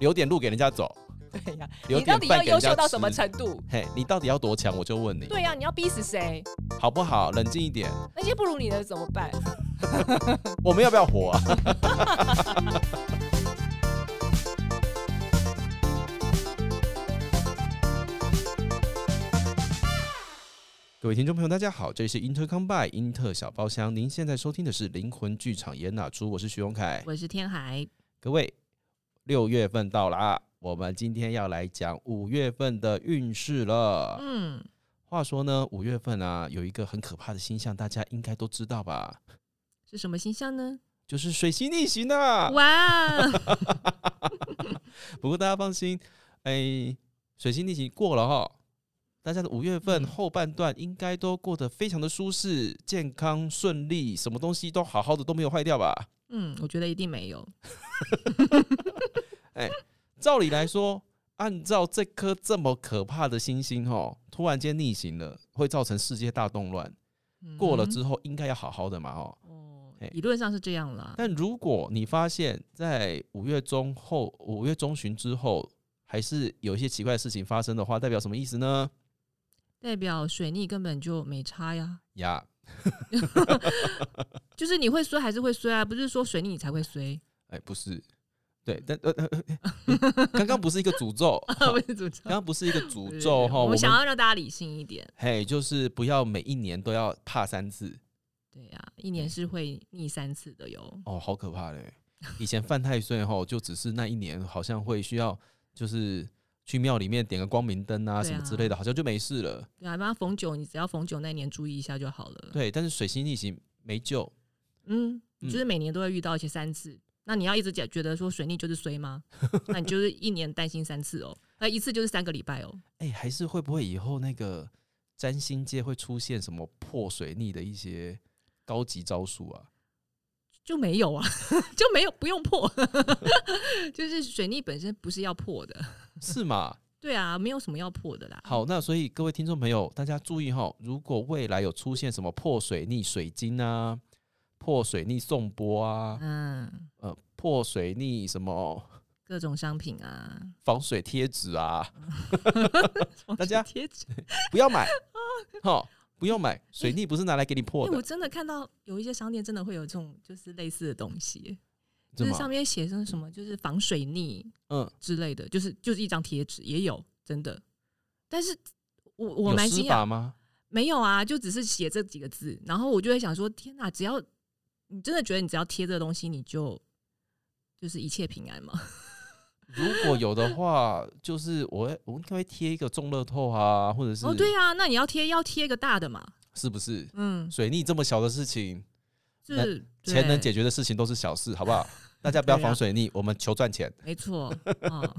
留点路给人家走，对 呀、留你到点底饭要给优人家秀到什么吃程度？嘿，你到底要多强？我就问你，对呀、你要逼死谁？好不好？冷静一点，那些不如你的怎么办？我们要不要活啊？ 各位听众朋友，大家好，这里是 Intercom by 英特小包厢，您现在收听的是灵魂剧场演哪出？我是徐荣凯， 我是天海，各位，六月份到了啊，我们今天要来讲五月份的运势了。嗯，话说呢，五月份啊，有一个很可怕的星象，大家应该都知道吧？是什么星象呢？就是水星逆行啊。哇， 不过大家放心，哎、水星逆行过了哈，大家的五月份嗯后半段应该都过得非常的舒适、健康、顺利，什么东西都好好的，都没有坏掉吧？嗯，我觉得一定没有。照理来说，按照这颗这么可怕的星星哦，突然间逆行了，会造成世界大动乱。过了之后，应该要好好的嘛哦。嗯哦嘿，理论上是这样啦。但如果你发现，在五月中后、五月中旬之后，还是有一些奇怪的事情发生的话，代表什么意思呢？代表水逆根本就没差呀，呀，就是你会衰还是会衰啊，不是说水逆你才会衰，哎，不是，对，但呃呃，呃 刚刚不是一个诅咒， 不是诅咒刚。刚不是一个诅对咒哈，我们们想要让大家理性一点。嘿，就是不要每一年都要踏三次，对呀、一年是会逆三次的哟。哦，好可怕嘞！以前犯太岁吼，就只是那一年好像会需要，就是去庙里面点个光明灯啊对什啊么之类的，好像就没事了。对啊，帮他逢九，你只要逢九那一年注意一下就好了。，对，但是水星逆行没救，嗯，嗯就是每年都会遇到一些三次。那你要一直解觉得说水逆就是衰吗？那你就是一年担心三次哦，那一次就是三个礼拜哦。哎、还是会不会以后那个占星界会出现什么破水逆的一些高级招数啊？就没有啊， 就没有不用破， 就是水逆本身不是要破的，是吗？对啊，没有什么要破的啦。好，那所以各位听众朋友，大家注意哈，如果未来有出现什么破水逆水晶啊、破水逆送波啊、嗯，呃破水逆什么各种商品啊，防水贴纸啊，大家 贴纸，不要 啊买哈，不要买，水逆不是拿来给你嗯哎、破的我，真的看到有一些商店真的会有这种就是类似的东西，就真是的吗？上面写成什么就是防水逆嗯，之类的，就是就是一张贴纸也有真的，但是我我有蛮施惊讶法，吗？没有啊，就只是写这几个字，然后我就会想说，天哪，只要你真的觉得你只要贴这个东西，你就就是一切平安嘛。如果有的话，就是我会我应该会贴一个中乐透啊，或者是 哦，对啊，那你要贴要贴一个大的嘛，是不是？嗯，水逆这么小的事情，那是钱能解决，决的事情都是小事，好不好？大家不要对啊防水逆，我们求赚钱。没 错，哦，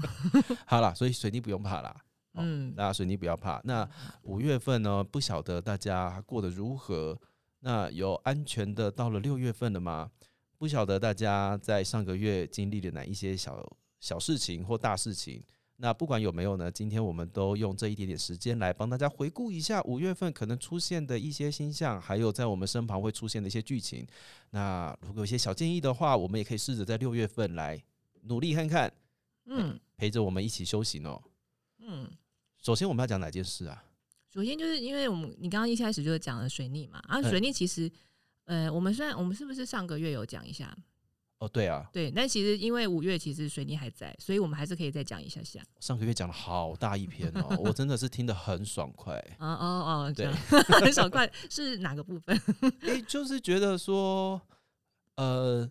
好啦，所以水逆不用怕啦，哦嗯，那水逆不要怕。那五月份呢，不晓得大家过得如何？那有安全的到了六月份了吗？不晓得大家在上个月经历了哪一些小小事情或大事情？那不管有没有呢，今天我们都用这一点点时间来帮大家回顾一下五月份可能出现的一些星象，还有在我们身旁会出现的一些剧情。那如果有一些小建议的话，我们也可以试着在六月份来努力看看，嗯陪着我们一起修行哦。嗯。首先我们要讲哪件事啊？首先就是因为我们你刚刚一开始就讲了水逆嘛，啊，嗯水逆其实，呃，我们虽然我们是不是上个月有讲一下，哦，对啊，对，但其实因为五月其实水逆还在，所以我们还是可以再讲一下下。上个月讲了好大一篇哦，我真的是听得很爽快。啊哦哦，这对样 很少怪是哪个部分？ 诶，就是觉得说，呃，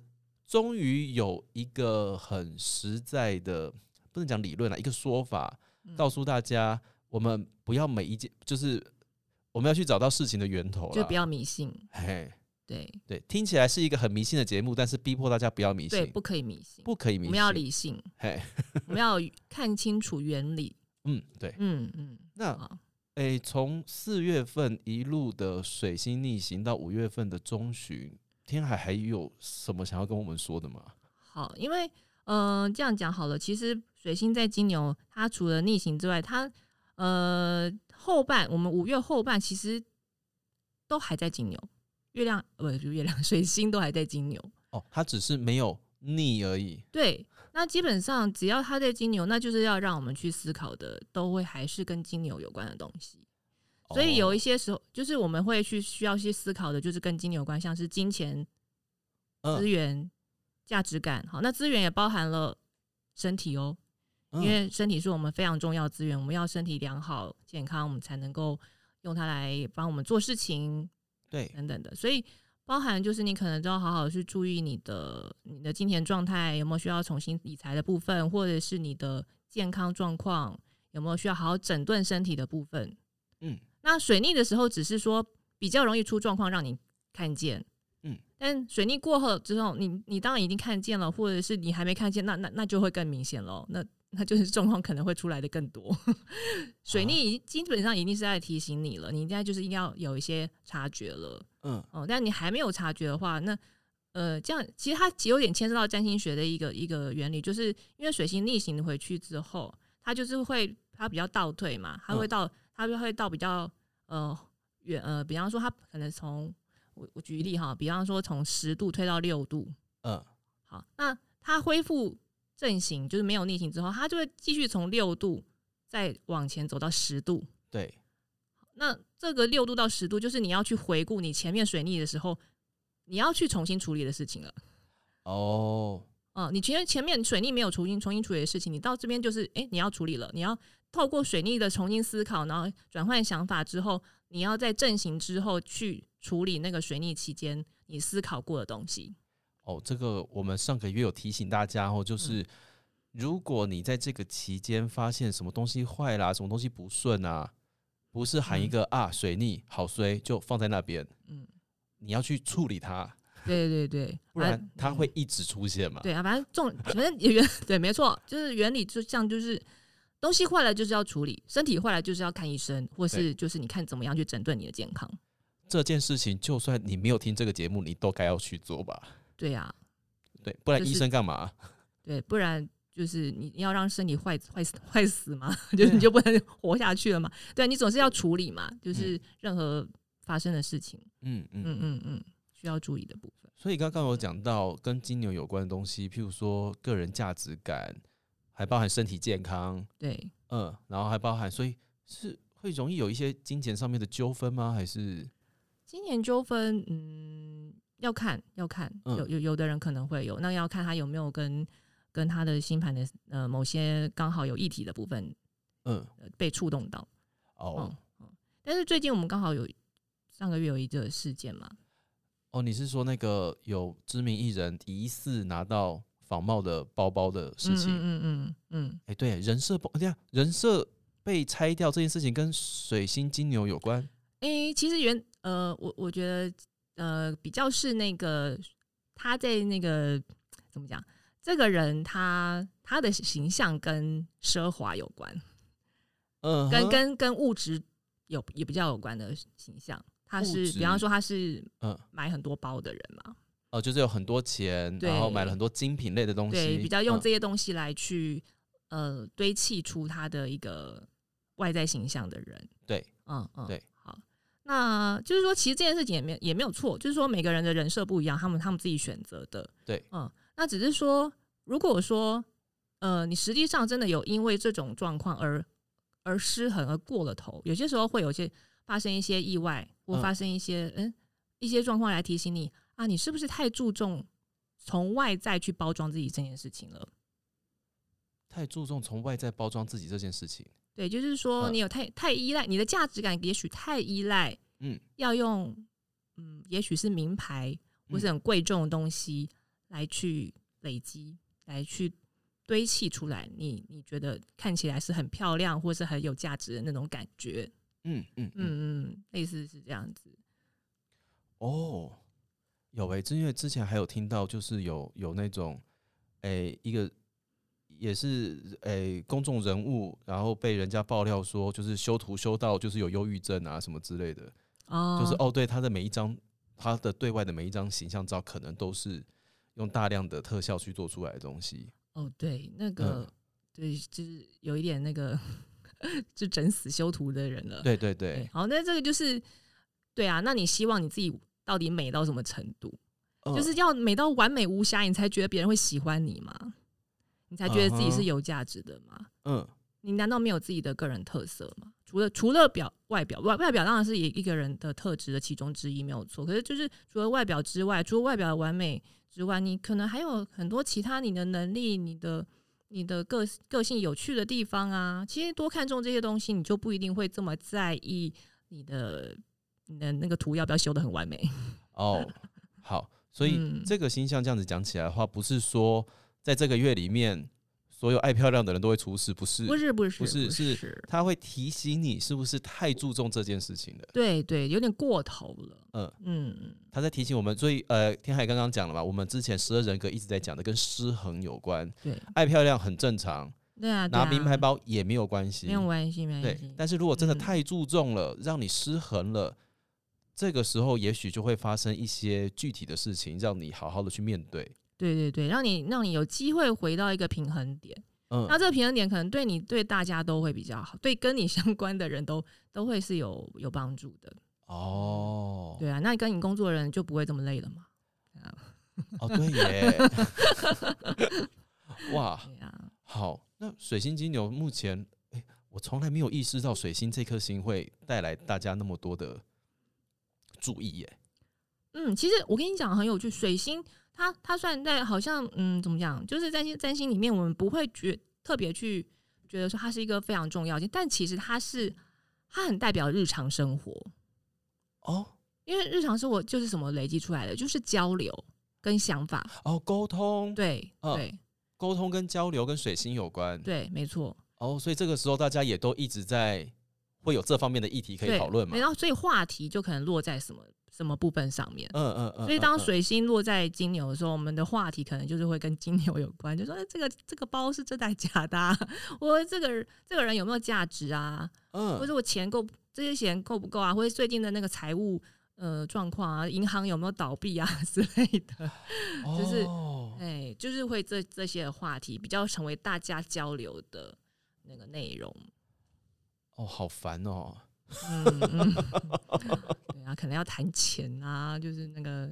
终于有一个很实在的，不能讲理论了，一个说法，嗯告诉大家，我们不要每一件，就是我们要去找到事情的源头就了不。要迷信，嘿，对对，听起来是一个很迷信的节目，但是逼迫大家不要迷对，信，不可以迷信，不可以迷我信。们要理性，嘿，我们要看清楚原理。嗯，对。嗯嗯，那好，诶，从四月份一路的水星逆行到五月份的中旬，天海还有什么想要跟我们说的吗？好，因为呃，这样讲好了，其实水星在金牛，它除了逆行之外，它呃后半，我们五月后半其实都还在金牛，月亮呃不是月亮，水星都还在金牛，哦，它只是没有逆而已。对，那基本上只要它在金牛，那就是要让我们去思考的，都会还是跟金牛有关的东西。所以有一些些时候，就是我们会去需要去思考的，就是跟金牛有关，像是金钱、资源、价值感。好，那资源也包含了身体哦，嗯因为身体是我们非常重要的资源，我们要身体良好、健康，我们才能够用它来帮我们做事情对等等的。所以包含就是你可能都要好好去注意你的你的金钱状态有没有需要重新理财的部分，或者是你的健康状况有没有需要好好整顿身体的部分。嗯，那水逆的时候，只是说比较容易出状况让你看见。嗯，但水逆过后之后，你你当然已经看见了，或者是你还没看见，那那那就会更明显喽。那那就是状况可能会出来的 更多。啊水逆已经基本上一定是在提醒你了，你应该就是一定要有一些察觉了。嗯哦，但你还没有察觉的话，那呃，这样其实它有点牵涉到占星学的一个一个原理，就是因为水星逆行回去之后，它就是会它比较倒退嘛，它会嗯到、它就会到比较呃远呃，比方说它可能从我我举例哈，比方说从十度推到六度，嗯好，那它恢复正行就是没有逆行之后，它就会继续从六度再往前走到十度，对那这个六度到十度，就是你要去回顾你前面水逆的时候，你要去重新处理的事情了。哦嗯，你前前面水逆没有重新重新处理的事情，你到这边就是诶，你要处理了，你要透过水逆的重新思考，然后转换想法之后，你要在正行之后去处理那个水逆期间你思考过的东西。哦，这个我们上个月有提醒大家哦，嗯就是。如果你在这个期间发现什么东西坏啦，什么东西不顺啊，不是喊一嗯个、啊水逆好衰就放在那边，嗯，你要去处理它，对对对， 不然它会一直出现嘛。啊对啊，反正重，反正也原 对，没错，就是原理就像就是东西坏了就是要处理，身体坏了就是要看医生，或对是就是你看怎么样去整顿你的健康。这件事情，就算你没有听这个节目，你都该要去做吧？对啊，对，不然就医是生干嘛？对，不然就是你要让身体坏坏死坏死嘛， 就是啊你就不能活下去了嘛。对啊你总是要处理嘛，就是任何发生的事情，嗯嗯嗯嗯嗯，需要注意的部分。所以刚刚有讲到跟金牛有关的东西，譬如说个人价值感，还包含身体健康，对，嗯，然后还包含，所以是会容易有一些金钱上面的纠纷吗？还是今年纠纷，嗯，要看要看，嗯有有有的人可能会有，那要看他有没有跟跟他的星盘的呃某些刚好有议题的部分、嗯呃被触动到。哦嗯但是最近我们刚好有上个月有一个事件嘛，哦，你是说那个有知名艺人疑似拿到仿冒的包包的事情？嗯嗯嗯嗯，哎、对，人设不，对呀，人设被拆掉这件事情跟水星金牛有关。诶、其实原呃，我我觉得呃比较是那个他在那个怎么讲，这个人他他的形象跟奢华有关。嗯哼，跟跟跟物质有也比较有关的形象。他物是质比方说他是嗯买很多包的人嘛，哦，就是有很多钱，然后买了对很多精品类的东西，对，比较用嗯这些东西来去、呃堆砌出他的一个外在形象的人。对，嗯嗯，对。好，那就是说，其实这件事情也没也没有错，就是说每个人的人设不一样，他们他们自己选择的。对，嗯，那只是说，如果说呃，你实际上真的有因为这种状况而而失衡而过了头，有些时候会有些发生一些意外，或嗯发生一些嗯一些状况来提醒你啊，你是不是太注重从外在去包装自己这件事情了？太注重从外在包装自己这件事情。对，就是说嗯你有太太依赖你的价值感，也许太依赖，嗯，要用嗯，也许是名牌或是嗯很贵重的东西来去累积，来去堆砌出来，你你觉得看起来是很漂亮或是很有价值的那种感觉，嗯嗯嗯，嗯嗯，类似是这样子，哦，有诶、因为之前还有听到，就是有有那种诶、一个也是诶、公众人物，然后被人家爆料说就是修图修到就是有忧郁症啊什么之类的，哦，就是哦，对他的每一张他的对外的每一张形象照，可能都是用大量的特效去做出来的东西。哦，对，那个、嗯对，就是有一点那个 就整死修图的人了，对对嗯对对，好，那这个就是对啊，那你希望你自己到底美到什么程度？嗯就是要美到完美无瑕，你才觉得别人会喜欢你嘛，你才觉得自己嗯哼是有价值的嘛。嗯你难道没有自己的个人特色吗？除了除了表外表，外外表当然是一一个人的特质的其中之一，没有错。可是就是除了外表之外，除了外表的完美之外，你可能还有很多其他你的能力、你的你的个个性有趣的地方啊。其实多看重这些东西，你就不一定会这么在意你的你的那个图要不要修的很完美。 哦，好，所以嗯这个星象这样子讲起来的话，不是说在这个月里面所有爱漂亮的人都会出事，不是，不是不是不是是是，他会提醒你是不是太注重这件事情了。对对，有点过头了。嗯嗯，他在提醒我们，所以呃，天海刚刚讲了嘛，我们之前十二人格一直在讲的跟失衡有关，对爱漂亮很正常，对啊，对拿啊名牌包也没有关系，没有关系，没有关对系。，但是如果真的嗯太注重了，让你失衡了，这个时候也许就会发生一些具体的事情，让你好好的去面对。对对对，让你让你有机会回到一个平衡点。嗯那这个平衡点可能对你对大家都会比较好，对跟你 相关的人都都会是有有帮助的。哦，对啊，那跟你工作的人就不会这么累了嘛。哦，对耶， 哇，对啊，好，那水星金牛目前，诶我从来没有意识到水星这颗星会带来大家那么多的注意耶。嗯，其实我跟你讲很有趣，水星它它虽然在好像嗯怎么讲，就是在占占星里面我们不会觉特别去觉得说它是一个非常重要的，但其实它是它很代表日常生活，哦因为日常生活就是什么累积出来的，就是交流跟想 法。哦，沟通，对嗯对沟通跟交流跟水星有关。对，没错。哦，所以这个时候大家也都一直在会有这方面的议题可以对讨论嘛对？然后所以话题就可能落在什么什么部分上面。嗯嗯嗯。所以嗯当嗯水星落在金牛的时候，我们的话题可能就是会跟金牛有关，就说、哎这个这个包是真的还假的、啊， 我这个这个人有没有价值啊，或嗯，者我钱够这些钱够不够啊，或者最近的那个财务呃状况啊，银行有没有倒闭啊之类的，就是哦 哎，就是会这这些话题比较成为大家交流的那个内容。哦，好烦哦。嗯，嗯， 对啊，可能要谈钱啊，就是那个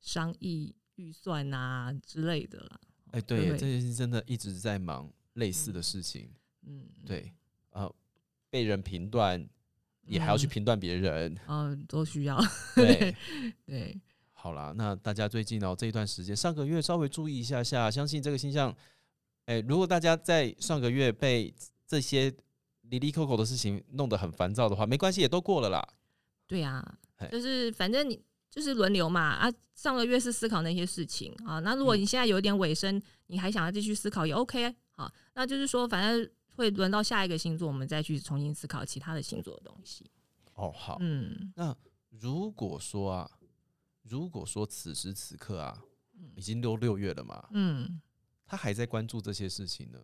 商议预算啊之类的啦。哎、对耶，对这件事真的一直在忙类似的事情。嗯，对，啊、被人评断，也还要去嗯评断别 人。嗯、都需要。 对，对，好啦，那大家最近哦这一段时间，上个月稍微注意一下下，相信这个星象，哎、如果大家在上个月被这些离离扣扣的事情弄得很烦躁的话，没关系，也都过了啦。对啊哎，就是反正你就是轮流嘛啊。上个月是思考那些事情啊，那如果嗯你现在有一点尾声，你还想要继续思考也 OK 好，那就是说反正会轮到下一个星座，我们再去重新思考其他的星座的东西。哦，好，嗯如果说啊，如果说此时此刻啊嗯，已经六六月了嘛，嗯，他还在关注这些事情呢，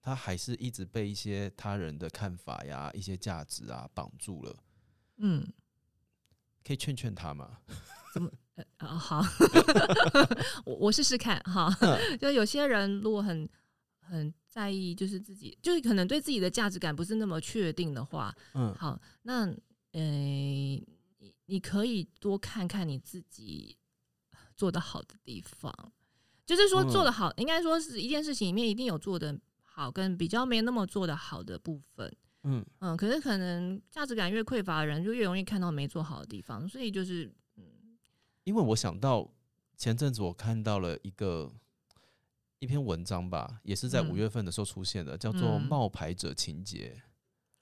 他还是一直被一些他人的看法呀、一些价值啊绑住了，嗯，可以劝劝他嘛。啊、好，我我试试看哈。嗯就有些人如果很很在意，就是自己，就是可能对自己的价值感不是那么确定的话，嗯好，那呃，你你可以多看看你自己做的好的地方，就是说嗯做的好，应该说是一件事情里面一定有做的好跟比较没那么做的好的部分。嗯，嗯，可是可能价值感越匮乏的人，就越容易看到没做好的地方，所以就是因为我想到前阵子我看到了一个一篇文章吧，也是在嗯五月份的时候出现的，叫做“嗯冒牌者情节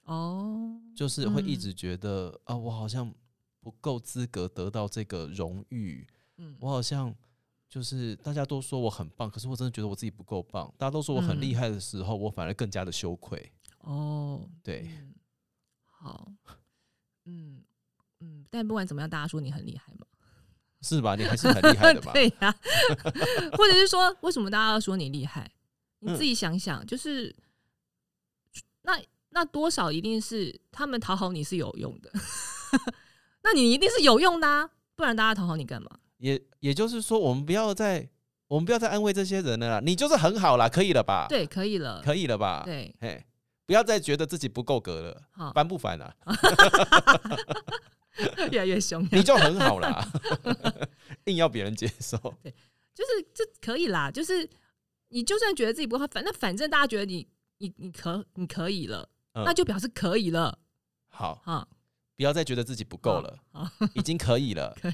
哦，”，就是会一嗯直觉得、啊，我好像不够资格得到这个荣誉，嗯，我好像就是大家都说我很棒，可是我真的觉得我自己不够棒。大家都说我很嗯厉害的时候，我反而更加的羞愧。哦，对，嗯好，嗯嗯，但不管怎么样，大家说你很厉害嘛，是吧？你还是很厉 害的吧？ 对呀、或者是说，为什么大家要说你厉害？你嗯自己想想，就是那那多少一定是他们讨好你是有用的， 那你一定是有用的、啊，不然大家讨好你干嘛？也也就是说，我们不要再我们不要再安慰这些人了啦。你就是很好啦，可以了吧？，对，可以了，啊可以啊了吧？，对，嘿，不要再觉得自己不够格了，好，烦不烦啊？ 越来越凶， 你就很好啦，硬要别人接受。就是这可以啦，就是你就算觉得自己不好，反那反正大家觉得你你你可你可以了，嗯那就表示可以了好，哈，不要再觉得自己不够了，啊，已经可以了，可以，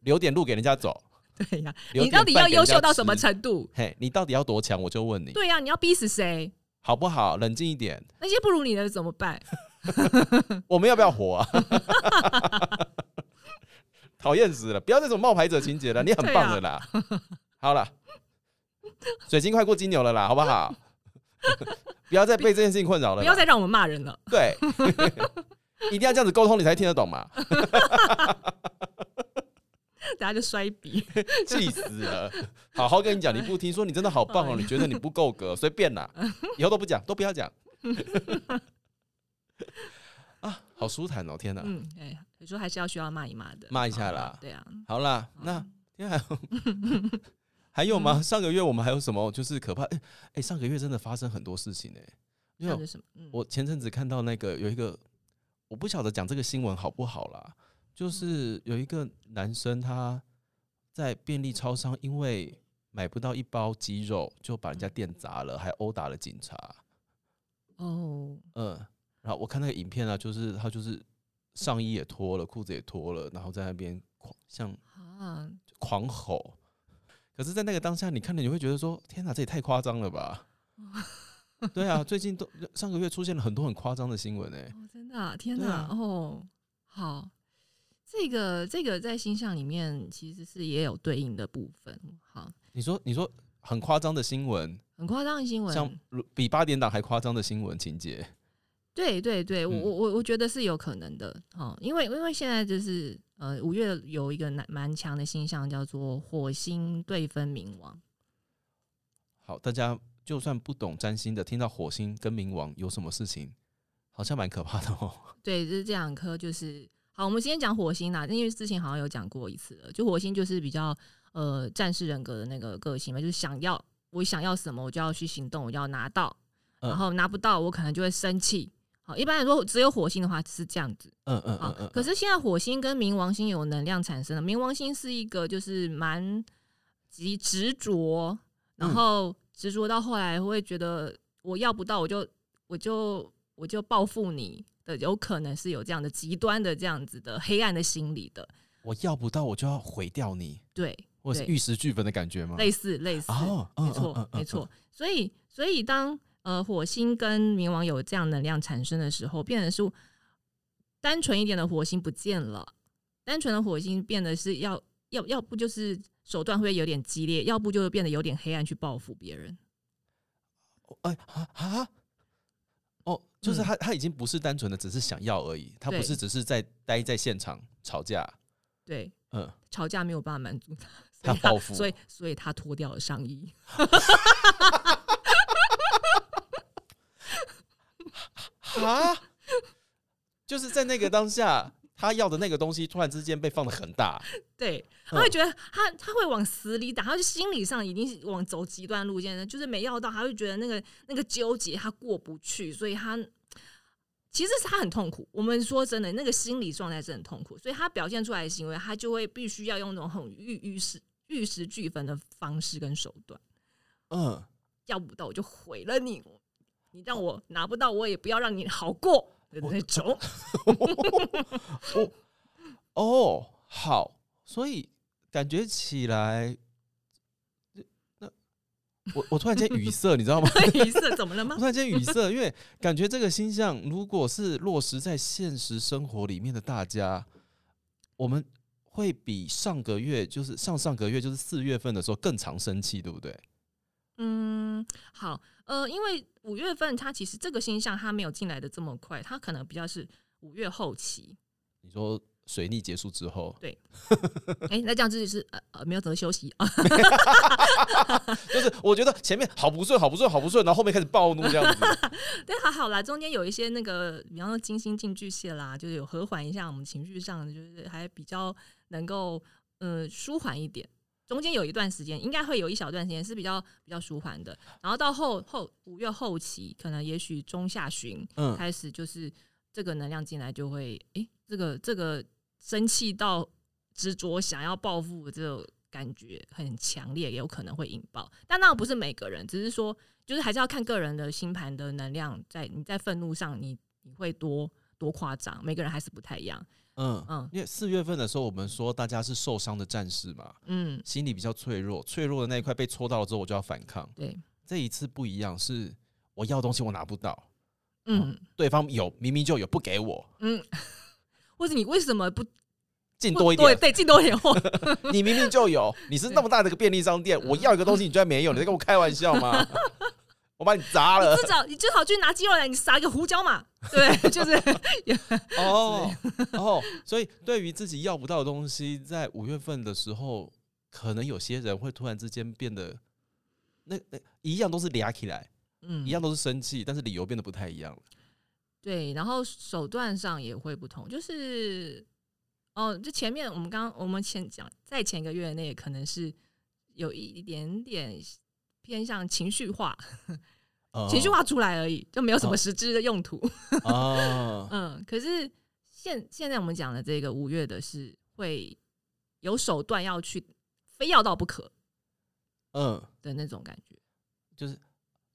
留点路给人家走。对呀、留你点到底要饭给人优家秀到什么吃程度？嘿，你到底要多强？我就问你，对呀、你要逼死谁？好不好？冷静一点，那些不如你的怎么办？我们要不要活啊？ 讨厌死了！不要这种冒牌者情节了， 啊你很棒的啦。好了，水晶快过金牛了啦，好不好？ 不要再被这件事情困扰了啦。不要再让我们骂人了。对， 一定要这样子沟通，你才听得懂嘛。大家就摔笔，气死了！好好跟你讲，你不听，说你真的好哎棒哦，你觉得你不够格，随便啦，以后都不讲，都不要 讲。啊，好舒坦哦！天哪，嗯，哎，有时候还是要需要骂一骂的，骂一下啦对啊，好啦，那天还有还有吗？上个月我们还有什么就是可怕？哎、哎上个月真的发生很多事情哎、因那为是什么？嗯，我前阵子看到那个有一个，我不晓得讲这个新闻好不好啦，就是有一个男生他在便利超商因为买不到一包鸡肉，就把人家店砸了，还殴打了警察。哦，嗯，然后我看那个影片啊，就是他就是上衣也脱了，裤子也脱了，然后在那边狂像啊，狂吼。可是，在那个当下，你看了你会觉得说：“天哪，这也太夸张了 吧！”对啊，最近都上个月出现了很多很夸张的新闻诶、欸哦，真的、啊，天对哪、啊哦，好，这个这个在星象里面其实是也有对应的部分，好，你说，你说很夸张的新闻，很夸张的新像闻，如比八点档还夸张的新闻情节，对对对，我嗯我我我觉得是有可能的，哦，因为因为现在就是呃，五月有一个蛮蛮强的星象叫做火星对分冥王，好，大家就算不懂占星的，听到火星跟冥王有什么事情，好像蛮可怕的 哦。对，就是这两颗就是好。我们先讲火星啦，因为之前好像有讲过一次了，就火星就是比较呃战士人格的那个个性嘛，就是想要我想要什么我就要去行动，我就要拿到，嗯然后拿不到我可能就会生气。好，一般来说只有火星的话是这样子嗯嗯啊嗯。嗯，可是现在火星跟冥王星有能量产生了，冥王星是一个就是蛮极执着，然嗯后执着到后来会觉得我要不到我就我就我就报复你的，有可能是有这样的极端的这样子的黑暗的心理的，我要不到，我就要毁掉你，对，我是对玉石俱焚的感觉吗？类似类似，啊哦，嗯没错没，嗯嗯嗯错。所以所以当呃火星跟冥王有这样能量产生的时候，变成是单纯一点的火星不见了，单纯的火星变得是要要要不就是手段会有点激烈，要不就变得有点黑暗去报复别人。嗯哎啊啊！哦，就是他，他已经不是单纯的只是想要而已，他不嗯对是只是在待在现场吵架，对，嗯，吵架没有办法满足他，他所以报复所以所以他脱掉了上衣。啊， 就是在那个当下，他要的那个东西突然之间被放的很大，对，嗯他会觉得他他会往死里打，他就心理上已经是往走极端路线了，就是没要到，他会觉得那个那个纠结他过不去，所以他其实是他很痛苦。我们说真的，那个心理状态是很痛苦，所以他表现出来的行为，他就会必须要用那种很玉玉石玉石俱焚的方式跟手段，嗯，要不到我就毁了你，你让我拿不到，我也不要让你好过的那种。哦，好，所以感觉起来，那我我突然间语塞，你知道吗？意思怎么了我吗？ 突然间语塞，因为感觉这个星象如果是落实在现实生活里面的大家，我们会比上个月，就是上上个月，就是四月份的时候更常生气，对不对？嗯，好，呃，因为五月份它其实这个星象它没有进来的这么快，它可能比较是五月后期。你说水逆结束之后，哎、那这样子就是呃呃没有怎么休息啊？ 就是我觉得前面好不顺，好不顺，好不顺，然后后面开始暴怒这样子。对，还好啦，中间有一些那个，比方说金星进巨蟹啦，就是有和缓一下我们情绪上，就是还比较能够呃舒缓一点。中间有一段时间，应该会有一小段时间是比较比较舒缓的，然后到后后五月后期，可能也许中下旬， 嗯，开始就是这个能量进来就会，诶，这个这个生气到执着想要报复这种感觉很强烈，也有可能会引爆。但那不是每个人，只是说就是还是要看个人的星盘的能量，在你在愤怒上你你会多多夸张，每个人还是不太一样。嗯嗯因为四月份的时候，我们说大家是受伤的战士嘛，嗯，心理比较脆弱，脆弱的那一块被戳到了之后，我就要反抗。对，这一次不一样，是我要东西我拿不到，嗯对方有明明就有不给我，嗯，或者你为什么不进不多一点， 对，进多一点货？哦你明明就有，你是那么大的一个便利商店，我要一个东西你居然没有，你在跟我开玩笑吗？我把你砸了你至少你至少去拿鸡肉来，你撒一个胡椒嘛，对，就是 哦哦，所以对于自己要不到的东西，在五月份的时候，可能有些人会突然之间变得那那一样都是嗲起来，嗯一样都是生气，但是理由变得不太一样了。对，然后手段上也会不同，就是哦，就前面我们刚我们前讲，在前一个月内可能是有一点点偏向情绪化，哦情绪化出来而已，就没有什么哦实质的用途。哦，嗯，可是现现在我们讲的这个五月的是会有手段要去，非要到不可嗯，的那种感觉。就是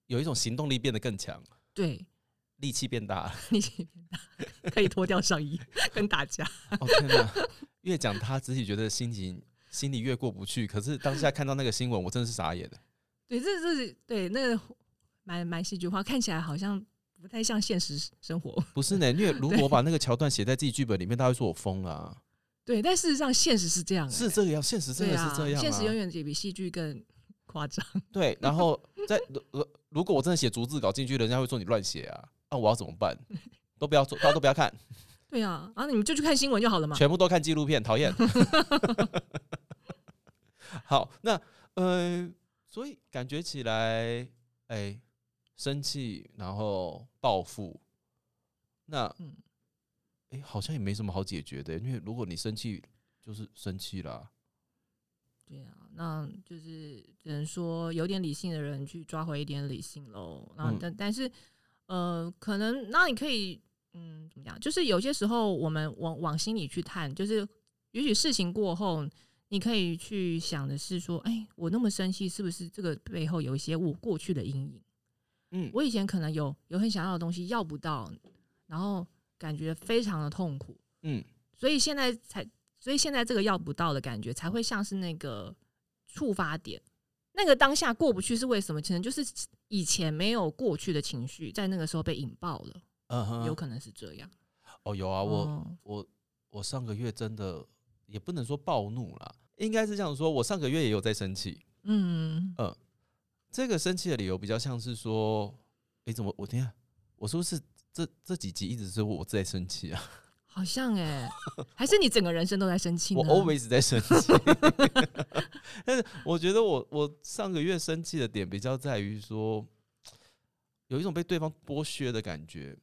有一种行动力变得更强，对， 力气变大了。力气变大， 可以脱掉上衣跟打架。哦天哪，越讲他自己觉得心情心里越过不去，可是当下看到那个新闻，我真的是傻眼的。对，这这是对那个蛮蛮戏剧化，看起来好像不太像现实生活。不是呢，因为如果我把那个桥段写在自己剧本里面，大家会说我疯了啊、对，但事实上现实是这样、欸，是这个样，现实真对的啊，是这样、啊现实永远也比戏剧更夸张。对，然后在如如如果我真的写逐字稿进去，人家会说你乱写啊，那、我要怎么办？都不要做，大家都不要看，对啊，啊，你们就去看新闻就好了嘛。全部都看纪录片，讨厌。 好，那呃，所以感觉起来，哎、生气，然后报复，那嗯哎、好像也没什么好解决的，因为如果你生气，就是生气啦。对啊，那就是只能说有点理性的人去抓回一点理性喽。然后嗯但、但是呃，可能那你可以嗯怎么讲？就是有些时候我们往往心里去探，就是也许事情过后，你可以去想的是说，哎，我那么生气，是不是这个背后有一些我过去的阴影？嗯，我以前可能有有很想要的东西要不到，然后感觉非常的痛苦，嗯，所以现在才，所以现在这个要不到的感觉才会像是那个触发点，那个当下过不去是为什么？可能就是以前没有过去的情绪，在那个时候被引爆了，嗯哼有可能是这样。哦，有啊，我、哦我我上个月真的也不能说暴怒啦，应该是这样说，我上个月也有在生气。嗯，这个生气的理由比较像是说，诶，怎么我天、啊，我是不是这这几集一直是我在生气 啊？好像哎、 还是你整个人生都在生气呢？我 always 在生气。但是我觉得我我上个月生气的点比较在于说，有一种被对方剥削的感觉。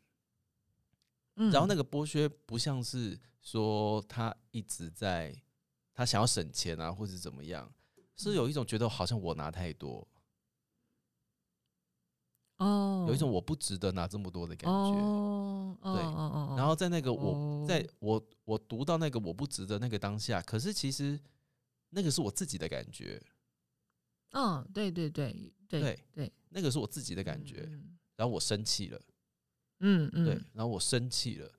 嗯然后那个剥削不像是说他一直在他想要省钱啊，或者怎么样，嗯是有一种觉得好像我拿太多，哦，有一种我不值得拿这么多的感觉。哦哦哦对哦哦，然后在那个哦我在我我读到那个我不值得那个当下，可是其实那个是我自己的感觉，嗯，对对对对对对，那个是我自己的感觉。然后我生气了，嗯，嗯嗯，对，然后我生气了，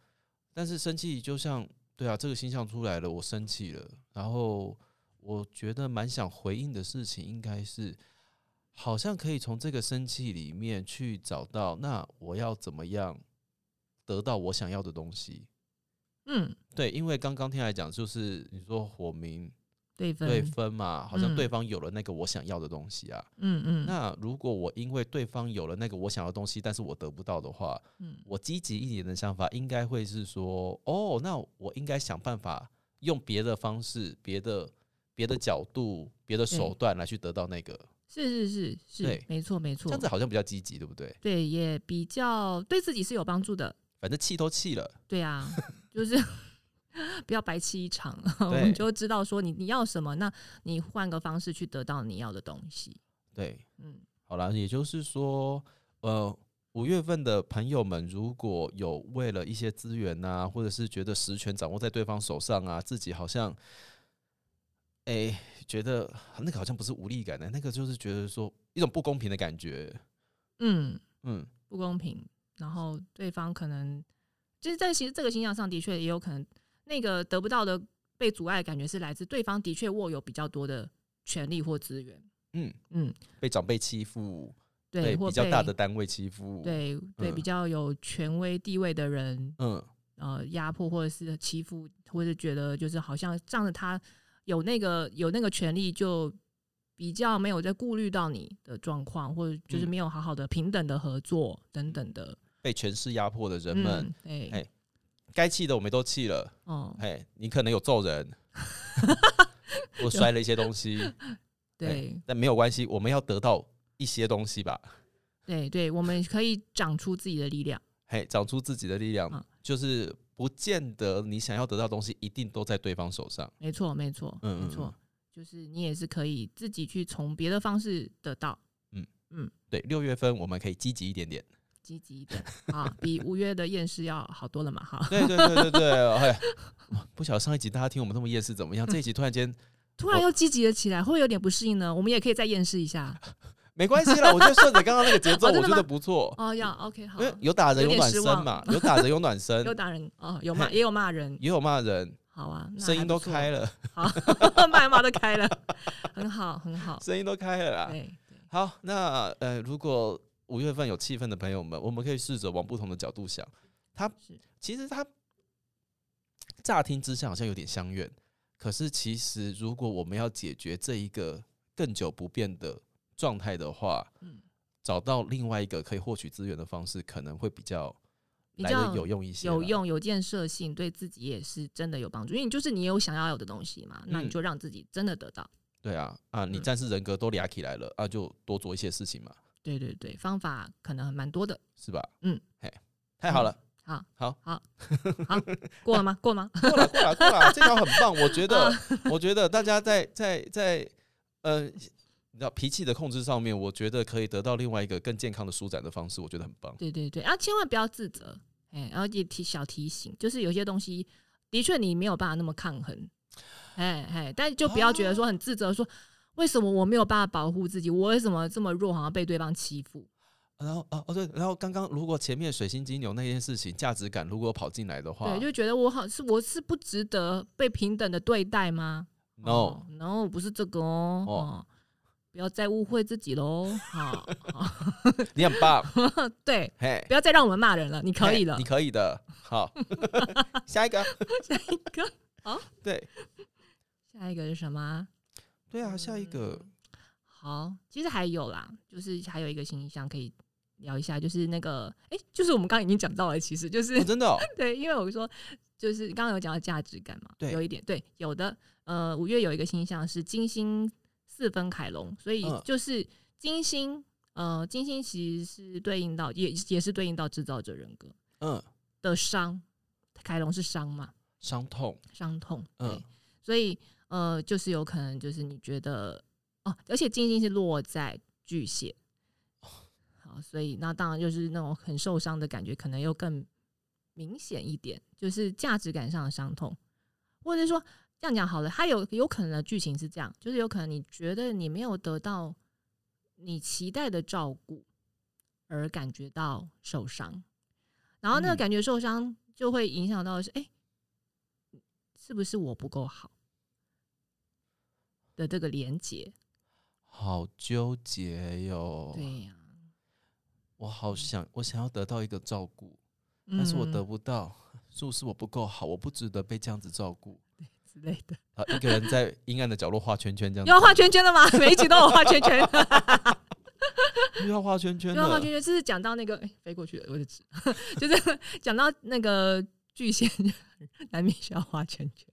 但是生气就像对啊，这个星象出来了，我生气了，然后我觉得蛮想回应的事情应该是，好像可以从这个生气里面去找到，那我要怎么样得到我想要的东西？嗯，对，因为刚刚听来讲，就是你说火明对分，对分嘛，好像嗯对方有了那个我想要的东西啊。嗯嗯，那如果我因为对方有了那个我想要的东西，但是我得不到的话，嗯我积极一点的想法应该会是说，哦，那我应该想办法用别的方式、别的、别的角度、别的手段来去得到那个，是是是是对，没错没错，这样子好像比较积极，对不对？对，也比较对自己是有帮助的。反正气都气了，对 啊，就是 不要白吃一场， 我对们就知道说你你要什么，那你换个方式去得到你要的东西。对，嗯好啦，也就是说，呃，五月份的朋友们，如果有为了一些资源啊，或者是觉得实权掌握在对方手上啊，自己好像哎、觉得那个好像不是无力感的，欸那个就是觉得说一种不公平的感觉。嗯，嗯，不公平。然后对方可能就是在其实这个形象上的确也有可能，那个得不到的被阻碍的感觉是来自对方的确握有比较多的权利或资源。嗯，嗯，被长辈欺负，对，或比较大被的单位欺负，，对对、嗯比较有权威地位的人，嗯呃压迫或者是欺负，或者觉得就是好像仗着他有那个有那个权利，就比较没有在顾虑到你的状况，或者就是嗯没有好好的平等的合作等等的。被权势压迫的人嗯们，对，哎该气的我们都气了，哦，哎，你可能有揍 人，我摔了一些东西，对但没有关系，我们要得到一些东西吧，对对，我们可以长出自己的力量。嘿，长出自己的力量，嗯就是不见得你想要得到的东西一定都在对方手上，没错，没错，嗯嗯没错，就是你也是可以自己去从别的方式得到对，六月份我们可以积极一 点点，积极的啊，比五月的厌世要好多了嘛，哈。 对对对对对，哎， 不晓得上一集大家听我们那么厌世怎么样，这一集突然间突哦然又积极了起来，会不会有点不适应呢？我们也可以再厌世一下没关系 啦，我觉得顺着刚刚那个节奏，哦真的我觉吗得不错，哦。要 OK 好因，为有打人有有点暖失身望 嘛，有打人有暖身有，打人哦，有骂也有骂人，也有骂人，好啊，那声音还不都错开，了，好，骂骂都开了， 很好很 好，声音都开了啦。哦对对，好，那呃，如果五月份有气氛的朋友们，我们可以试着往不同的角度想。它是其实它乍听之下好像有点相怨，可是其实如果我们要解决这一个更久不变的状态的话，嗯，找到另外一个可以获取资源的方式，可能会比较比来的较有用一些啦。有用有建设性，对自己也是真的有帮助，因为你就是你有想要有的东西嘛，那嗯你就让自己真的得到。对啊，啊，你嗯战士人格都俩起来了啊，就多做一些事情嘛，对对对，方法可能蛮多的。是吧？嗯，嘿，太好了，好，好，好，好，过了吗？过了吗？过了过了过了，这条很棒，我觉得，嗯我觉得大家在在在，呃，你知道脾气的控制上面，我觉得可以得到另外一个更健康的舒展的方式，我觉得很棒。对对对，啊，千万不要自责，哎、然后也提小提醒，就是有些东西的确你没有办法那么抗衡，哎哎，但就不要觉得哦说很自责说。为什么我没有办法保护自己？我为什么这么弱，好像被对方欺负？然后哦哦对，然后刚刚如果前面水星金牛那件事情价值感如果跑进来的话，对，就觉得我好是我是不值得被平等的对待吗 no，、哦 no 不是这个哦，哦哦不要再误会自己喽。好， 好你很棒，对， 嘿，不要再让我们骂人了，你可嘿以了你。可以的， 好，下一个，下一个，哦对下一个是什么啊？对啊，下一个，嗯好，其实还有啦，就是还有一个形象可以聊一下，就是那个，哎、就是我们刚刚已经讲到了，其实就是、 哦、真的、哦，对，因为我说就是刚刚有讲到价值感嘛，对有一点对，有的呃，五月有一个星象是金星四分凯龙，所以嗯就是金星、呃，金星其实是对应到也也是对应到制造者人格嗯，的伤，凯龙是伤嘛，伤痛，伤痛，对，嗯所以呃，就是有可能就是你觉得哦，而且金星是落在巨蟹，好，所以那当然就是那种很受伤的感觉，可能又更明显一点，就是价值感上的伤痛，或者说这样讲好了，它有有可能的剧情是这样，就是有可能你觉得你没有得到你期待的照顾，而感觉到受伤，然后那个嗯感觉受伤就会影响到是哎、诶是不是我不够好的这个连接？好纠结哟。对呀、我好想，我想要得到一个照顾，嗯但是我得不到，是不是我不够好？我不值得被这样子照顾。之类的，啊，一个人在阴暗的角落画圈圈，这样又要画圈圈了吗？每一集都有画圈圈，子又要画圈圈又要画了圈。圈，啊这是讲到那个、哎飞过去了，我的纸， 就是讲到那个巨蟹 难免需要画圈圈。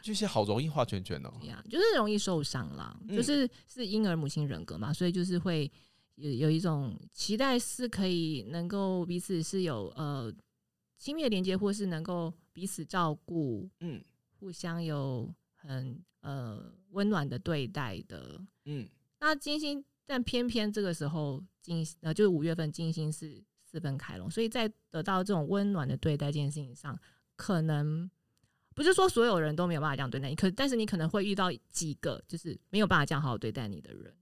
巨蟹好容易画圈圈哦。对呀， 就是容易受伤啦，嗯就是是婴儿母性人格嘛，所以就是会有有一种期待是可以能够彼此是有呃亲密的连接，或是能够彼此照顾，嗯互相有很呃温暖的对待的。嗯那金星，但偏偏这个时候金呃就是五月份金星是四分开龙，所以在得到这种温暖的对待这件事情上，可能不是说所有人都没有办法这样对待你，可但是你可能会遇到几个就是没有办法这样好好对待你的人，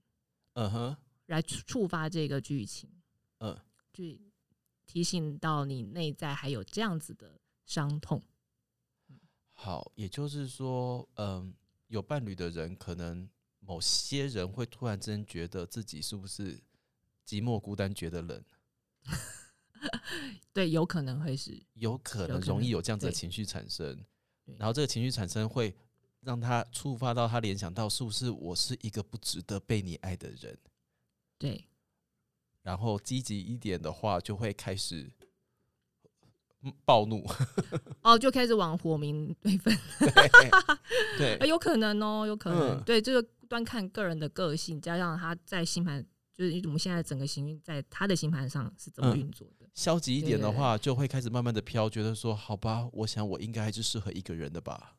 嗯哼，来触触发这个剧情，嗯，去提醒到你内在还有这样子的伤痛。好，也就是说，嗯，有伴侣的人，可能某些人会突然之间觉得自己是不是寂寞孤单觉得冷，对，有可能会是有可能有可容易能有这样子的对情绪产生对，然后这个情绪产生会让他触发到他联想到是不是我是一个不值得被你爱的人，对，然后积极一点的话，就会开始嗯暴怒， 哦，就开始往火明对分，对呃有可能哦，有可能。嗯对，这个端看个人的个性，加上他在星盘，就是我们现在整个行运在他的星盘上是怎么嗯运作的。消极一对点的对对话，就会开始慢慢的飘，觉得说好吧，我想我应该还是适合一个人的吧。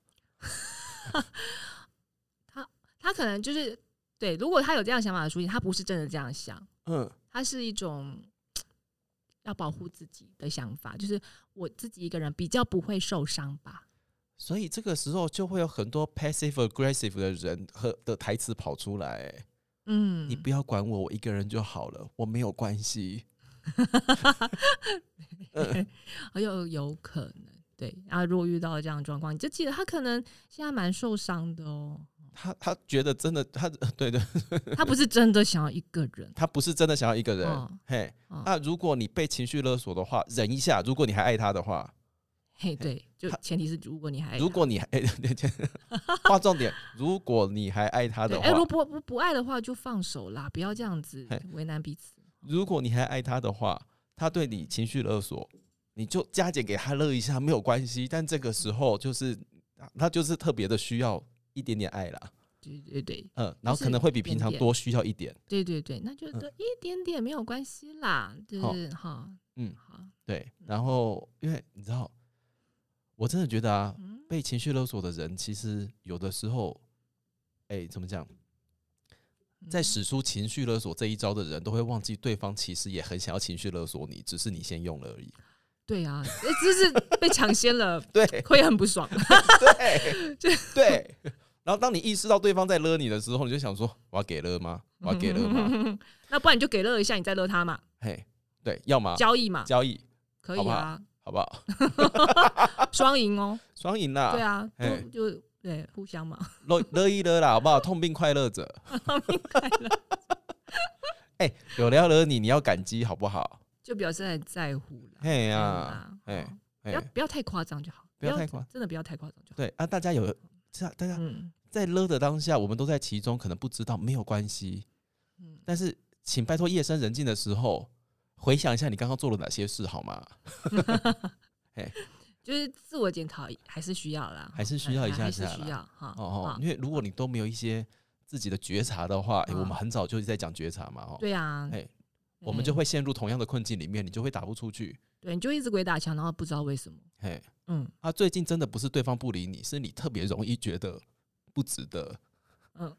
他可能就是对，如果他有这样想法的出现，他不是真的这样想，嗯他是一种要保护自己的想法，就是我自己一个人比较不会受伤吧。所以这个时候就会有很多 passive aggressive 的人和的台词跑出来、欸嗯，你不要管我，我一个人就好了，我没有关系。很呃有有可能。对，然后如果遇到这样的状况，你就记得他可能现在蛮受伤的哦，他他觉得真的，他 对对，他不是真的想要一个人。他不是真的想要一个人。哦嘿，哦那如果你被情绪勒索的话，忍一下。如果你还爱他的话，嘿，对，就他前提是如果你还如果你还 哎，对对对划重点，如果你还爱他他的对话，哎，如果不不爱的话，就放手啦，不要这样子嘿为难彼此。如果你还爱他的话，他对你情绪勒索，你就加减给他勒一下没有关系。但这个时候就是他就是特别的需要一点点爱啦，对对对嗯，然后可能会比平常多需要一点。对对对，那就嗯多一点点没有关系啦，就好是哈，嗯好，对，然后因为你知道，我真的觉得啊，嗯，被情绪勒索的人，其实有的时候，哎、怎么讲？在嗯使出情绪勒索这一招的人，都会忘记对方其实也很想要情绪勒索你，只是你先用了而已。，对啊，哎这是被抢先了对，会很不爽。对对。然后当你意识到对方在勒你的时候，你就想说：我要给勒吗？我要给勒吗？ 那不然你就给勒一下，你再勒他嘛，嘿，对，要吗？交易嘛，交易可好以不啊，好不好？双赢哦，双赢啦， 对啊，嘿就就对互相嘛，勒勒一勒啦，好不好？痛并快乐 着。哎明白 了，有人要勒你，你要感激，好不好？就表示很在乎了。嘿这呀、样啊，啦哎好不嘿要不要太夸张就好，不要太夸真的不要太夸张就好。对啊，大家有是啊，大家嗯在勒的当下，我们都在其中，可能不知道，没有关系。嗯，但是，请拜托夜深人静的时候，回想一下你刚刚做了哪些事，好吗？就是自我检讨还是需要啦，哎还是需要一下还是下啦需要哈。哦，哈因为如果你都没有一些自己的觉察的话，哎诶我们啊很早就在讲觉察嘛，哦，对啊，哎我们哎就会陷入同样的困境里面，你就会打不出去。对，你就一直鬼打墙，然后不知道为什么。嘿，嗯啊，最近真的不是对方不理你，是你特别容易觉得不值得，嗯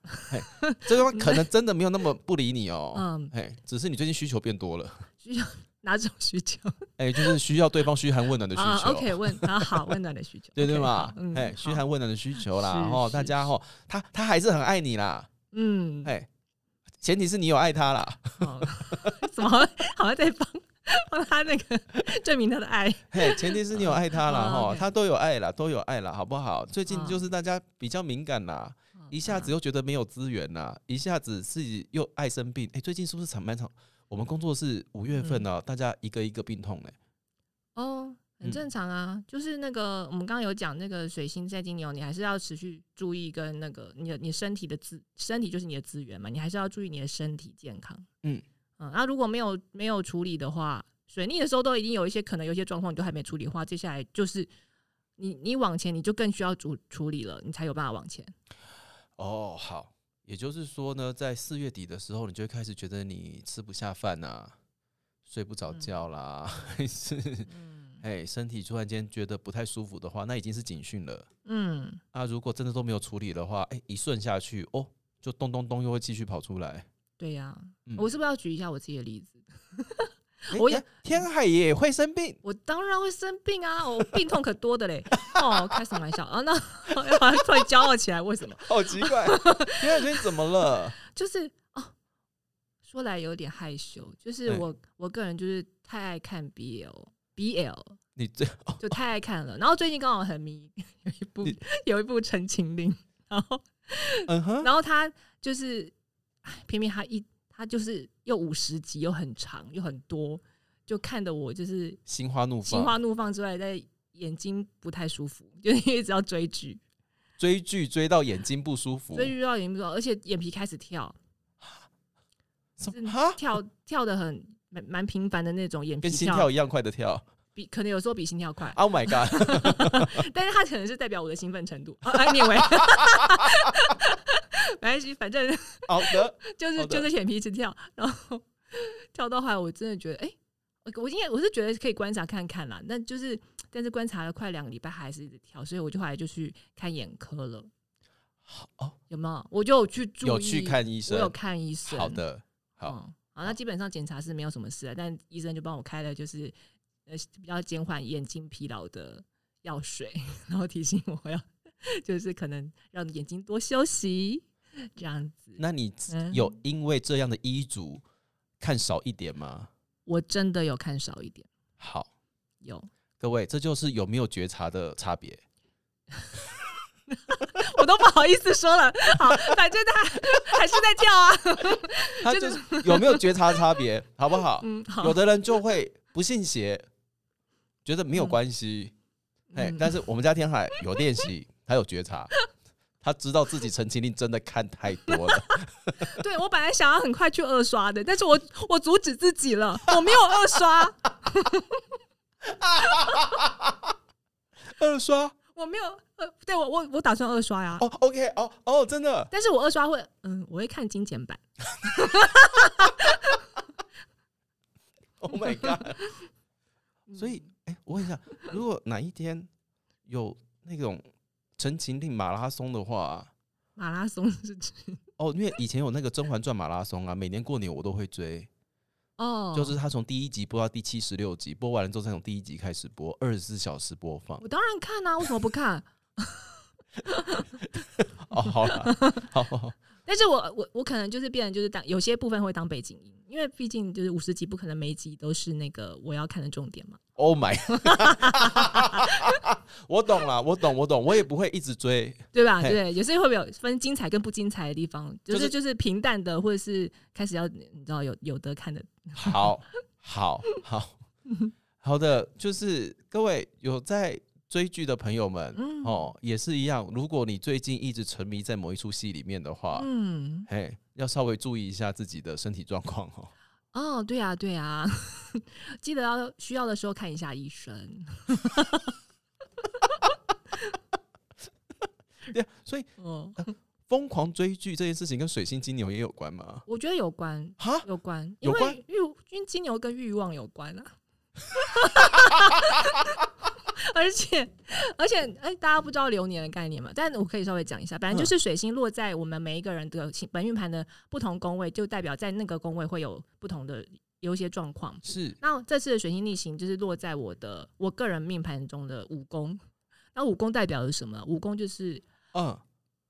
对 方可能真的没有那么不理你哦。嗯，嘿，只是你最近需求变多了，需要哪种需求？哎，就是需要对方嘘寒问暖的需啊求。 ，OK，问啊，好，温暖的需 求，对对 OK，嘛好，嗯，哎，嘘好寒问暖的需求啦，是哦，是大家哦，他他还是很爱你啦，嗯，哎，前提是你有爱他啦，好， 怎么好像在帮帮他那个证明他的爱？嘿，前提是你有爱他啦， 嗯哈， OK 他都有爱啦，都有爱啦，好不好？最近嗯就是大家比较敏感啦，一下子又觉得没有资源啦，一下子自己又爱生病，哎，最近是不是长蛮长？我们工作室五月份嗯呢，大家一个一个病痛呢，哦，很嗯正常啊，就是那个我们刚刚有讲那个水星在金牛，你还是要持续注意跟那个你的你身体的资身体就是你的资源嘛，你还是要注意你的身体健康。嗯嗯，那、如果没有没有处理的话，水逆的时候都已经有一些可能有一些状况你都还没处理的话，接下来就是你你往前你就更需要处处理了，你才有办法往前。哦，好，也就是说呢，在四月底的时候，你就会开始觉得你吃不下饭啊，睡不着觉啦， 还是嗯哎身体突然间觉得不太舒服的话，那已经是警讯了。嗯，啊，如果真的都没有处理的话，哎、一顺下去哦，就咚咚咚又会继续跑出来。对呀、嗯我是不是要举一下我自己的例子？诶我天也天海也会生病，我当然会生病啊，我病痛可多的嘞。哦，开什么玩笑啊？那 哎好像突然骄傲起来，为什么？好奇 怪，天海最近怎么了？就是哦，说来有点害羞，就是哎我、我个人就是太爱看 BL，BL 你最哦就太爱看了。然后最近刚好很迷 有一部你有一部《陈情令》，然后嗯哼，然后他就是，唉偏偏他一他就是又五十集又很长又很多，就看得我就是心花怒心放，花怒放之外，在眼睛不太舒服，就是因为一直要追剧，追剧追到眼睛不舒服，追剧到眼睛不舒服，而且眼皮开始跳，什真的么哈， 跳跳的很蛮蛮频繁的那种，眼皮跟心跳跳一样快的跳比可能有时候比心跳快， ，Oh my god！ 但是他可能是代表我的兴奋程度。 啊 anyway，没关系，反正 好 的，就是好的就是眼皮一直跳，然后跳到后来，我真的觉得，哎、我我应该我是觉得可以观察看看啦，但就是但是观察了快两个礼拜，还是一直跳，所以我就后来就去看眼科了。哦，有没有？我就有去注意，有去看医我有生，看医生。好，的，嗯，好，好，那基本上检查是没有什么事啊，但医生就帮我开了就是呃比较减缓眼睛疲劳的药水， 然后提醒我要 就是可能让眼睛多休息这样子。那你嗯有因为这样的医嘱看少一点吗？我真的有看少一点，好，有， 各位，这就是有没有觉察的差别。我都不好意思说了。好，反正他还是在跳啊。 他就就是是有没有觉察差别，好不好？嗯，好，有的人就会不信邪，觉得没有嗯关系。哎嗯，但是我们家天海有练习，他有觉察，他知道自己《陈情令》真的看太多了。 对我本来想要很快去二刷的，但是我我阻止自己了，我没有二刷， 二刷我没有呃，对我我我打算二刷呀、啊哦，OK，哦哦，真的但是我二刷会，嗯，我会看精简版。 ，Oh my god！所以嗯，哎，我问一下，如果哪一天有那种《陈情令》马拉松的话，马拉松是指哦，因为以前有那个《甄嬛传》马拉松啊，每年过年我都会追。 哦，就是他从第一集播到第七十六集，播完了之后再从第一集开始播，二十四小时播放。我当然看啊，为什么不看？哦，好了，好好好，但是我我我可能就是变成就是当有些部分会当背景音，因为毕竟就是五十集不可能每一集都是那个我要看的重点嘛。 Oh my，我懂了，我懂，我懂，我也不会一直追。对吧？嘿对，有些会不会有分精彩跟不精彩的地方？就就是是就是平淡的，或者是开始要你知道有有得看的，好，好，好，好的，就是各位有在追剧的朋友们、嗯哦，也是一样。如果你最近一直沉迷在某一出戏里面的话，嗯，嘿，要稍微注意一下自己的身体状况哦。哦，对啊，对啊， 记得要需要的时候看一下医生。对啊，所以哦，疯狂追剧这件事情跟水星金牛也有关吗？我觉得有关，哈，有关，因有关为欲因为金牛跟欲望有关 啊。而且，而且，哎，大家不知道流年的概念嘛？但我可以稍微讲一下，反嗯正就是水星落在我们每一个人的星本运盘的不同宫位，就代表在那个宫位会有不同的有一些状况。是那这次的水星逆行就是落在我的我个人命盘中的五宫，那五宫代表的是什么？五宫就是嗯，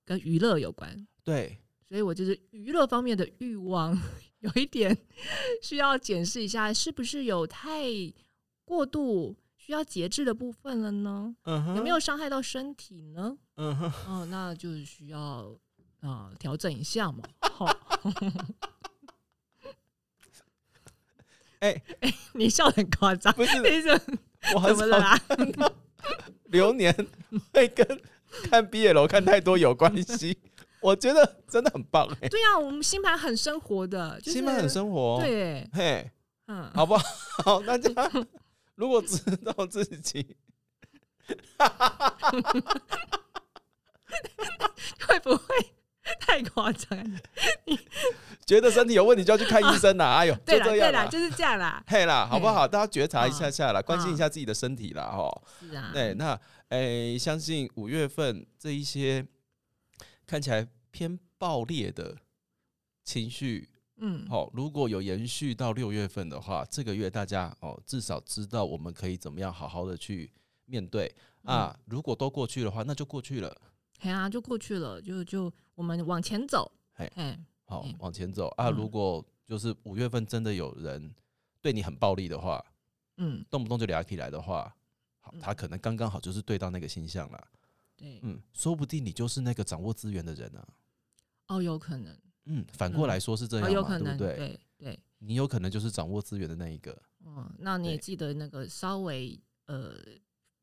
跟娱乐有关，对，所以我就是娱乐方面的欲望 有一点需要检视一下，是不是有太过度需要节制的部分了呢？嗯哼有没？有伤害到身体呢？嗯哼，哦，那就是需要啊、呃调整一下嘛。好、 哎你笑得很夸张，不是 你怎么我怎么了啦？流年会跟看毕业楼看太多有关系，我觉得真的很棒哎、对呀、我们星盘很生活的，就是新版很生活，，哦对，嘿，嗯， 好不好？好，大家如果知道自己，会不会太夸张？觉得身体有问题就要去看医生啦。哎呦， 对就啦，这对样啦，啦。就是这样啦。嘿啦，好不好？大家觉察一好下下啦，关心一下自己的身体啦，哦。是啊，对，那诶、相信五月份这一些看起来偏爆裂的情绪嗯，好、如果有延续到六月份的话，这个月大家哦至少知道我们可以怎么样好好的去面对啊。嗯如果都过去的话，那就过去了。哎呀，就过去了，就就我们往前走，嘿哎，好、嗯往前走啊。嗯如果就是五月份真的有人对你很暴力的话，嗯，动不动就聊起来的话，好，他可能刚刚好就是对到那个星象了。对，嗯，说不定你就是那个掌握资源的人啊。哦，有可能，嗯，反过来说是这样哦，嘛，有可对能，不对？对对，你有可能就是掌握资源的那一个。嗯，那你也对记得那个稍微呃，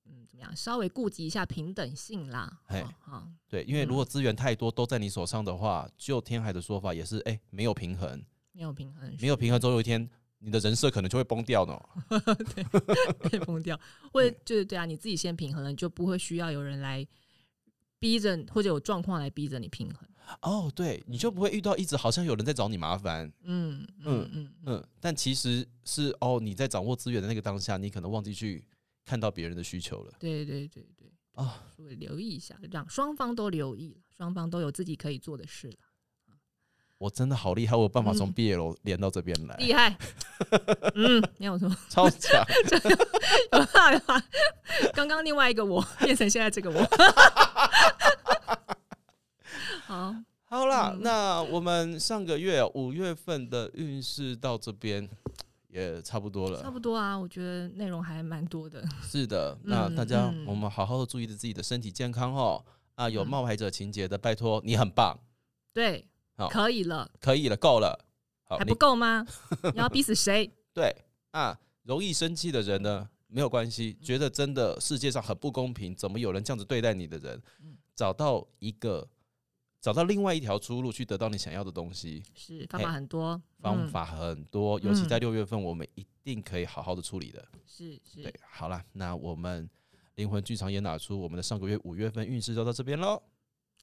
嗯，怎么样，稍微顾及一下平等性啦，嘿啊啊，对，因为如嗯果资源太多都在你手上的话，就天海的说法也是，哎、没有平衡，没有平衡，没有平衡，总有一天你的人设可能就会崩掉呢。 被封掉，或者就是对啊，你自己先平衡了，你就不会需要有人来逼着，或者有状况来逼着你平衡。哦，对，你就不会遇到一直好像有人在找你麻烦，嗯嗯嗯嗯嗯，嗯，但其实是哦，你在掌握资源的那个当下，你可能忘记去看到别人的需求了对对对对，啊、所以留意一下，让双方都留意了，双方都有自己可以做的事了，我真的好厉害，我有办法从嗯 BL 连到这边 来，厉害。嗯，没有错， 超强。有啦有啦。刚刚另外一个我变成现在这个我。好，好啦，嗯那我们上个月五月份的运势到这边也差不多了，差不多啊，我觉得内容还蛮多的。是的，那嗯大家嗯我们好好的注意着自己的身体健康哦。啊，有嗯冒牌者情节的，拜托你很棒，对好，可以了，可以了，够了。好，还你不够吗？你要逼死谁？对啊，容易生气的人呢，没有关嗯系，觉得真的世界上很不公平，怎么有人这样子对待你的人嗯，找到一个，找到另外一条出路去得到你想要的东西，是方法很多，方嗯法很多，尤其嗯在六月份，我们一定可以好好的处理的。是是对，好啦，那我们灵魂剧场也拿出我们的上个月五月份运势就到这边喽。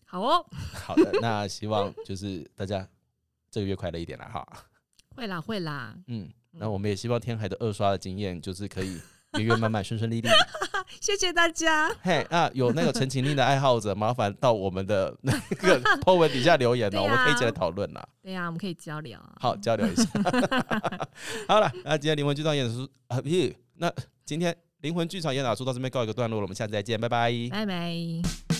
好哦，好的，那希望就是大家这个月快乐一点啦哈。会啦会啦，嗯，那我们也希望天海的二刷的经验就是可以圆圆满满、顺顺利利。谢谢大家。嘿，那有那个陈情令的爱好者，麻烦到我们的那个 po 文底下留言哦，对我们可以一起啊来讨论啦。对呀、我们可以交流啊。好，交流一下。好了，那今天灵魂剧场演出啊，不是，那今天灵魂剧场演哪出到这边告一个段落了，我们下次再见，拜拜拜拜。